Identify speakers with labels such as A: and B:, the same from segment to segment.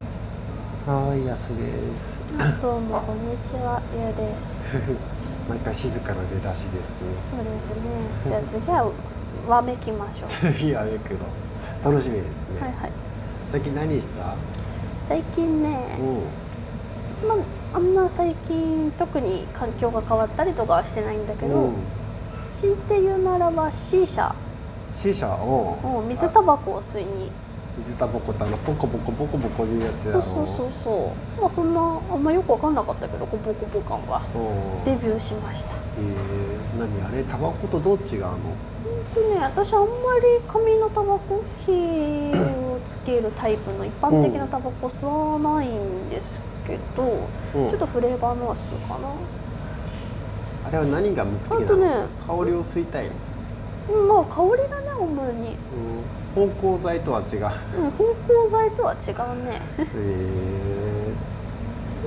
A: はい、安です。
B: あどうもこんにちは、ゆうです。
A: 毎回静かな出だしで
B: そうですね。じゃあ次はわめきましょう。
A: すね。次はめくの。楽しみですね。
B: はいはい。
A: 最近何した。
B: 最近ね、
A: うん。
B: まあんま最近特に環境が変わったりとかはしてないんだけ
A: う
B: ど
A: ん、。
B: 強いて言うならば C 社、
A: シーシャを。
B: うん水タバコを吸いに。
A: 水タバコってあのポコポコポコポコいうやつ
B: そ
A: や
B: う
A: ろ。
B: そうそうそう。まあそんなあんまよくわかんなかったけど、コポコポ感は
A: うん。
B: デ
A: え
B: ビューしました。
A: えー、何あれ、タバコとどう違うの。
B: でね、私あんまり紙のタバコ火をつけるタイプの一般的なタバコ吸わないんですけど、
A: うん
B: ちょっとフレーバーのは吸うかな、
A: あれは何が目的な
B: あとね
A: の。香りを吸いたいの。
B: うんまあ香りだね主に、
A: うん。芳香剤とは違 う。
B: うん、芳香剤とは違うね
A: ええ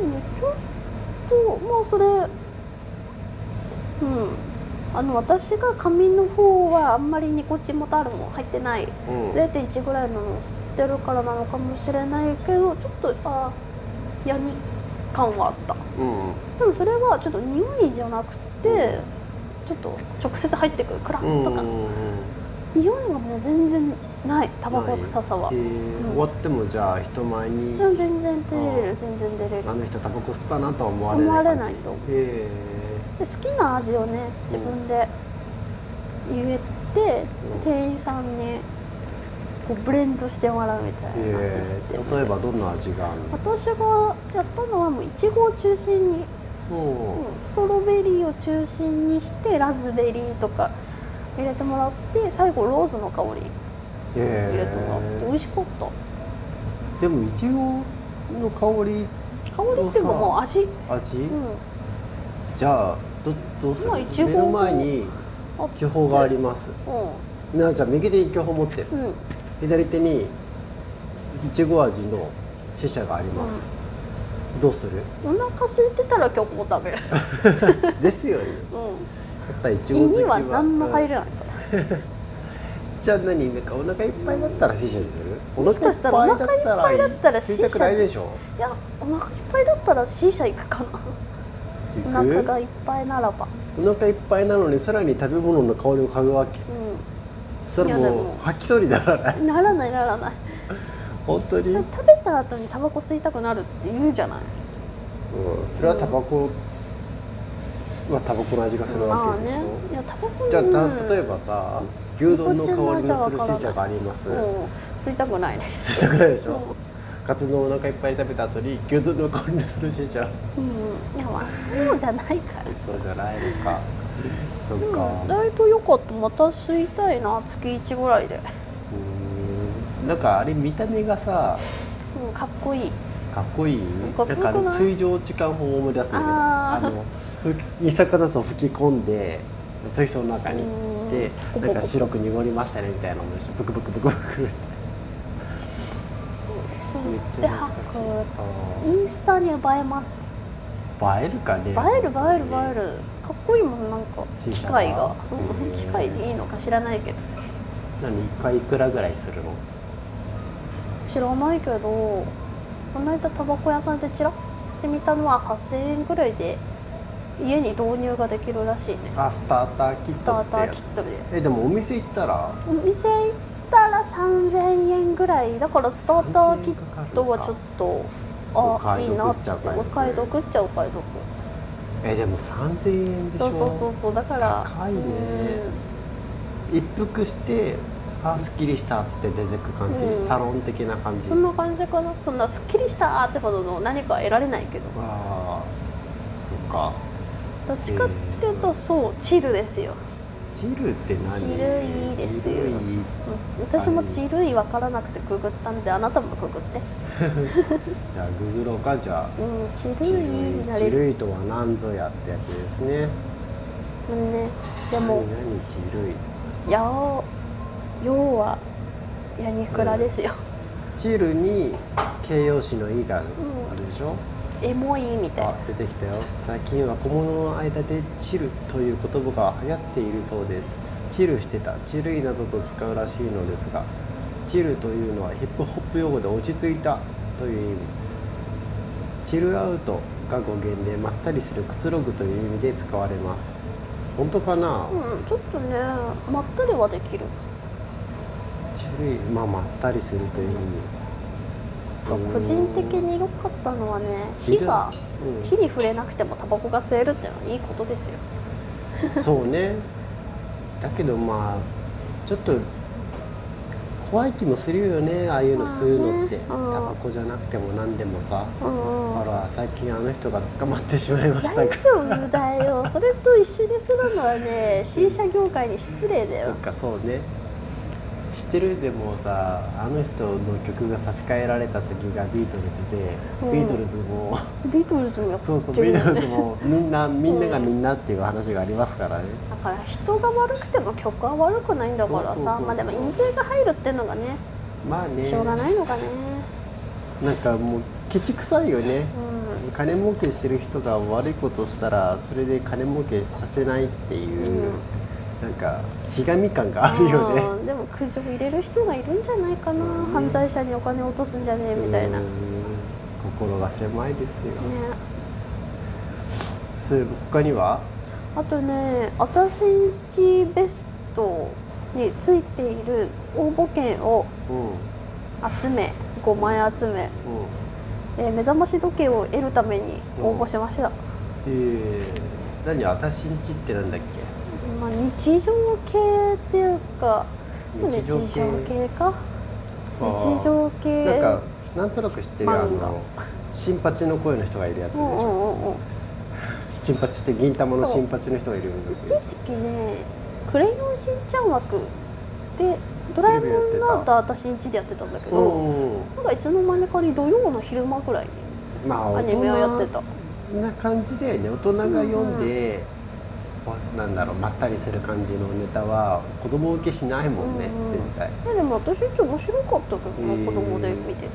B: うんちょっとまあそれうんあの私が紙の方はあんまりニコチンもタールも入ってない
A: ー。うん。
B: 0.1ぐらいのを吸ってるからなのかもしれないけどちょっとあヤニ感はあった
A: うん。
B: でもそれはちょっと匂いじゃなくてちょっと直接入ってくるクラ
A: う
B: ッ
A: ん
B: と
A: うん
B: か、
A: うん。
B: 匂いがね全然ないタバコ臭さは、
A: え
B: う
A: ー
B: うん
A: 終わってもじゃあ人前に、
B: ん、全然出れる全然出れる
A: あの人タバコ吸ったなとは思われ
B: 思わ
A: ない
B: れ
A: 感じ
B: ないと思う
A: え
B: で好きな味をね自分で言えて、
A: うん
B: 店員さんにこうブレンドしてもらうみた
A: ー
B: いな味です
A: え
B: って、
A: ー、例えばどんな味があるの
B: 私がやったのはもういちごを中心に、
A: ほ
B: うんストロベリーを中心にしてラズベリーとか入れてもらって最後ローズの香り
A: う
B: 入れてもらって、美
A: え
B: 味しかった
A: ー、でもいちごの香り
B: 香りっていうかもう味、う
A: 味、
B: ん、
A: じゃあどどうする
B: まあいちご
A: 目の前に
B: あ
A: 巨峰があります
B: う
A: なあじゃあ右手に巨峰持ってる
B: ん、うん、
A: 左手にいちご味のシシャがあります、どうする
B: お腹空いてたら巨峰食べる、
A: ですよね
B: う
A: やっぱりいち
B: ん、胃
A: ご好き
B: に
A: は
B: は何も入
A: る
B: れないから、
A: じゃあ何なんかお腹いっぱいだったら死者にするお
B: もし
A: 腹いっ
B: かしたら
A: ぱいだったらいい
B: お腹いっぱいだったら
A: 吸いたくないでしょ
B: いやお腹いっぱいだったら C 社行くか
A: 行
B: なお腹が
A: く
B: いっぱいならば
A: お腹いっぱいなのにさらに食べ物の香りを嗅ぐわけ
B: う
A: そしたら
B: いやで
A: も
B: も
A: う吐きそうにならない
B: んならないならない
A: 本当に、うん、
B: 食べた後にタバコ吸いたくなるって言うじゃない
A: それはタバコはタバコの味がするわ
B: まあ
A: けでし
B: ね
A: ょ、
B: いやタバコ
A: じゃあ
B: う
A: た
B: ん
A: 例えばさ牛丼の香りのするシシャがあります
B: もう吸いたくないね
A: 吸いたくないでし
B: う
A: ょカツ丼をお腹いっぱい食べた後に牛丼の香りのするシシャ
B: んいやまあそうじゃないからさ
A: そうじゃないのかそっ
B: うん
A: か、
B: ライトよかったまた吸いたいな月1ぐらいで、
A: うーんなんかあれ見た目がさ
B: うん、かっこいい
A: かっこいい
B: かっこよくな
A: だ
B: い
A: から水上痴漢法を思い出すんだけど
B: あ
A: あ
B: ー
A: のふ二酸化炭素を吹き込んで水槽の中に
B: うん
A: で
B: ポコ
A: なんか
B: ポコ
A: 白く濁りましたねみたいなのでしょブクブクブクブクめっ
B: 吸っ
A: ち
B: て
A: ゃ懐
B: 吐
A: かしい
B: く
A: あ
B: インスタには映えます
A: ー映えるかね
B: 映える映える映えるかっこいいもんなんか機械がうん機械でいいのか知らないけど
A: 何一回いくらぐらいするの
B: 知らないけどこの間タバコ屋さんでチラって見たのは8000円ぐらいで家に導入ができるらしいね
A: あスターターキ
B: ス
A: ッ
B: タ
A: ト
B: ー
A: って
B: ター
A: や
B: キ
A: つ
B: ットで
A: えでもお店行ったら
B: お店行ったら3000円ぐらいだからスターターキットはちょっと
A: お
B: あ
A: 買
B: い
A: い
B: い
A: 得
B: な
A: っ
B: って
A: ちゃ
B: お
A: お買い得
B: 買い得っちゃお買い得
A: えでも3000円でし
B: そ
A: ょ
B: うそうそうそうだから
A: 高いね
B: うん
A: 一服してあーすっきりしたっつって出てく感じ、
B: うん
A: サロン的な感じ
B: そんな感じかなそんなすっきりしたーってほどの何かは得られないけど
A: あーそっか
B: どっちかっていう
A: え
B: と
A: ー
B: そうチルですよ
A: チルって何
B: チルいいですよ
A: チルいい
B: うん私もチルい分からなくてググったんであなたもググって
A: じゃあググろうかじゃあ
B: うんチ
A: チ
B: ル
A: ル
B: い
A: い
B: にな
A: チ
B: れる
A: ルいとは何ぞやってやつですね
B: うんねでも
A: 何何チルい
B: やお要はヤニクラですよ、
A: チルに形容詞の「い」があ
B: うん
A: るでしょ、
B: エモいみたい
A: あ
B: な
A: 出てきたよ最近若者の間で「チル」という言葉が流行っているそうですチルしてたチルイなどと使うらしいのですがチルというのはヒップホップ用語で落ち着いたという意味チルアウトが語源でまったりするくつろぐという意味で使われます本当かな、
B: うん、ちょっとねまったりはできる
A: 種類まあまったりするという意味
B: 個
A: うん
B: 人的に良かったのはね
A: 見
B: 火
A: た
B: が
A: うん
B: 火に触れなくてもタバコが吸えるってのはいいことですよ
A: そうねだけどまあちょっと怖い気もするよねああいうの吸うのって、
B: まあねうん
A: タバコじゃなくても何でもさ、
B: うん
A: あら最近あの人が捕まってしまいました
B: 大
A: が
B: 丈夫だ よそれと一緒にするのはね新車業界に失礼だ
A: そ
B: よ
A: っかそうね知ってるでもさあの人の曲が差し替えられた先がビートルズで、
B: うん
A: ビートルズも
B: ビートルズもやっ
A: そうそう
B: てる
A: ビー
B: よ
A: トル
B: ね
A: ズもみんなみんながみんなっていう話がありますからね
B: だから人が悪くても曲は悪くないんだか
A: そ
B: ら
A: うそうそう
B: さ
A: そう
B: まあでも印税が入るっていうのがね
A: まあね
B: しょうがないのかね
A: なんかもうケチくさいよね
B: うん
A: 金儲けしてる人が悪いことしたらそれで金儲けさせないっていう、
B: うん
A: なんかひがみ感があるよね、
B: うんでも苦情入れる人がいるんじゃないかな、
A: うん
B: 犯罪者にお金落とすんじゃねえみたいな、
A: う
B: ね
A: ん心が狭いですよ、それ他には
B: あとね私んちベストについている応募券を
A: うんうん
B: 集め5枚集め、えー目覚まし時計を得るために応募しました、
A: えー、何私んちってなんだっけ
B: まあ、日常系っていうか
A: 日常系
B: 日常系か
A: あー
B: 日常系
A: なんかなんとなく知ってるあ
B: 漫画
A: の新八の声の人がいるやつでし
B: う
A: ょ、
B: んうんうんうん
A: 新八って銀魂の新八の人がいるんだけ
B: 一
A: ど
B: 時期ね「クレヨンしんちゃん」枠で「ドラえもんラータ私んち」でやってたんだ
A: う
B: けど、
A: んうん
B: なんかいつの間にかに土曜の昼間ぐらいに
A: まあ
B: アニメをやってた
A: そんな感じだよね大人が読んで、わなんだろうまったりする感じのネタは子供受けしないもんね、
B: うん
A: 絶対
B: えでも私んち面白かったけどな
A: うん
B: 子供で見てて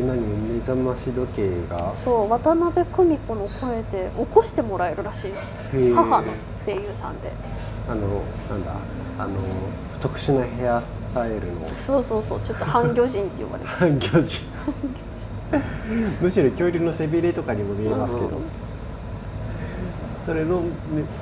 A: で何目覚まし時計が
B: そう渡辺久美子の声で起こしてもらえるらしいよ
A: へえ
B: 母の声優さんで
A: あのなんだあの特殊なヘアスタイルの
B: そうそうそうちょっと半魚人って呼ばれて
A: 反響時むしろ恐竜の背びれとかにも見えますけど、
B: うん
A: それのめ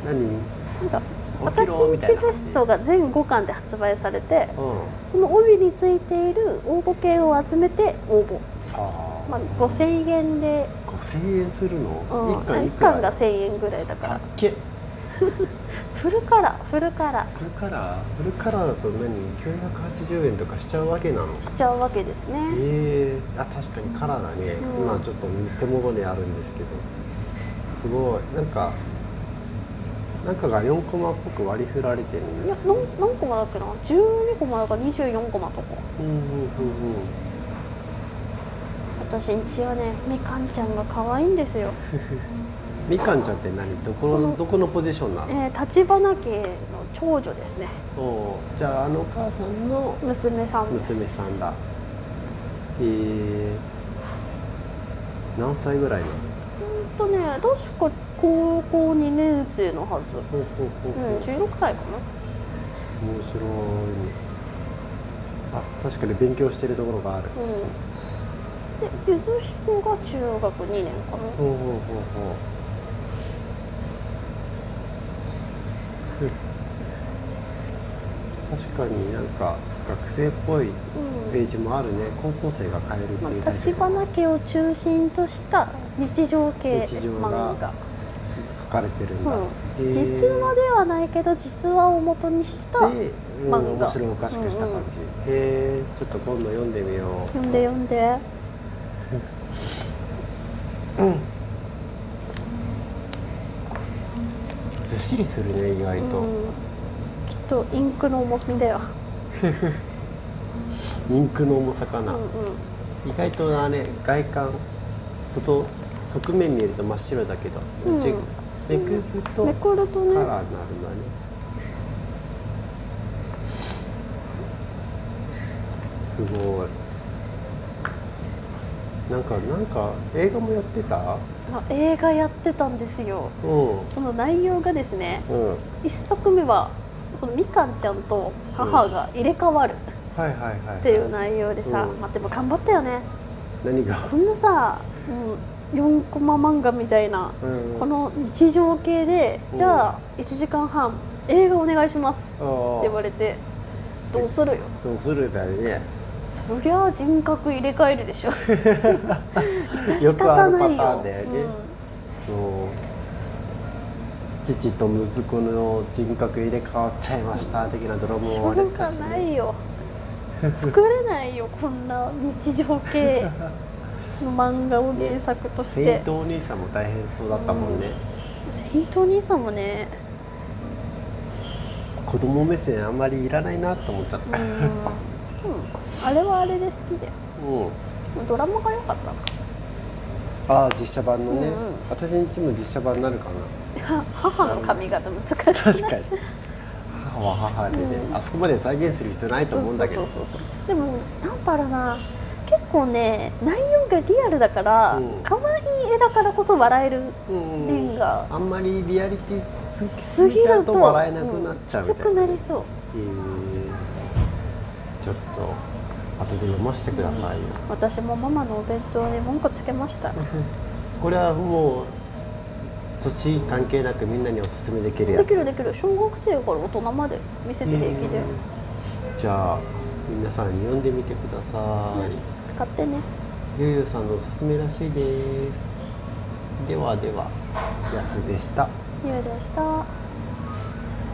A: 何
B: なんか
A: 起き
B: 私
A: ろみ
B: ん
A: たい
B: ち
A: な
B: ベストが全5巻で発売されて
A: うんあ
B: その帯についている応募券を集めて応募
A: あ、
B: まあ、5000円で、
A: 5000円するの、
B: う
A: 一
B: ん、
A: 1巻い
B: 1
A: くら
B: 巻が1000円ぐらいだか
A: だっ
B: ら
A: け
B: フルカラーフルカラ
A: フルカラーフルカラーだと何980円とかしちゃうわけなの
B: ーしちゃうわけですね
A: ええあ確かにカラーだね、
B: うん
A: 今ちょっと手元であるんですけどすごいなんかなんかが4コマっぽく割り振られてるん
B: い
A: で
B: や
A: す
B: 何何個もだっけな12個もだから24個もとか
A: うんうんうんうん
B: 私んちはねみかんちゃんが可愛いんですよ、
A: みかんちゃんって何どこ
B: こ
A: の
B: の
A: どこのポジションなの
B: えー、橘家の長女ですね
A: おうじゃああのお母さんの
B: 娘さんです
A: 娘さんだえー、何歳ぐらいなの
B: ほんとね確か高校2年生のはず
A: ほうほうほう
B: う
A: ほうん
B: 16歳か
A: 面白いあ確かに勉強してるところがある
B: なうんでゆず彦が中学2年かな
A: ほうほうほうほうふっ確かになんか学生っぽい
B: うん
A: ページもあるね高校生が買えるって
B: ま
A: いう
B: あ、立
A: タイトル
B: 花家を中心とした日常系
A: 日常
B: 漫
A: が
B: 画、
A: 書かれてるん
B: う
A: だ、
B: ん、
A: えー
B: 実話ではないけど実話を元にした読
A: で、うん、
B: 漫画
A: 面白おかしくした感じ、へえちょっと今度読んでみようん
B: で読んで
A: ずっしりするね意外と、
B: うん、きっとインクの重みだよ、
A: インクの重さか
B: うん
A: な、
B: うん、
A: 意外とあれ外観外側面見ると真っ白だけど、
B: うん
A: 内めくると
B: めくると
A: カ
B: ね
A: ラーになるんだね、すごいなんかなんか映画もやってた
B: まあ映画やってたんですよ
A: うん
B: その内容がですね
A: うんはい
B: 一作目はそのみかんちゃんと母が入れ替わる
A: はいはい、はい、
B: っていう内容でさ、
A: うん
B: まあでも頑張ったよね
A: 何が、
B: こんなさ、うん、4コマ漫画みたいな
A: うん、
B: この日常系で、
A: うん
B: じゃあ1時間半映画お願いしますって言わ
A: れ
B: れてどうするよ
A: どうするだよ ね
B: そりゃあ人格入れ替える でしょ致
A: よ
B: し
A: くあ
B: 方
A: る
B: な
A: パ
B: い
A: ターン
B: よ
A: だよね、そう父と息子の人格入れ替わっちゃいました的なドラ
B: うん
A: マ
B: し
A: も
B: ょ
A: あれ
B: うがないよ
A: だしね
B: 作れないよこんな日常 系の漫画を原作とし
A: 生
B: て
A: 徒お兄さんも大変そうだったもんね、
B: セイントお兄さんもね
A: 子供目線あんまりいらないなと思っちゃっ
B: うん
A: た、
B: あれはあれで好きだよ
A: うん、
B: ドラマが良かったな
A: ああ実写版のね、
B: うんうん
A: 私んちも実写版になるかな
B: は母の髪型難しい
A: 確かに母は母でね、
B: うん
A: あそこまで再現する必要ないと
B: そう
A: 思うんだけど
B: そうそうそうでもなんだろうな結構ね内容がリアルだから
A: うん
B: 可愛い絵だからこそ笑える
A: うんうん
B: 面が
A: あんまりリアリティつきす
B: す
A: ぎ
B: ぎ
A: ちゃ
B: る
A: うと
B: と
A: 笑えなくなっちゃうみ
B: んき
A: たい
B: つ
A: な、
B: くなりそう
A: えーちょっと後で読ませてくださいよ、
B: 私もママのお弁当に文句つけました
A: これはもう年関係なくみんなにおすすめできるや
B: で
A: つ
B: きるできる小学生から大人まで見せて平気で
A: えーじゃあ皆さん読んでみてください、
B: 買ってね
A: ゆうゆうさんのおすすめらしいですではでは安でした
B: 匂いでした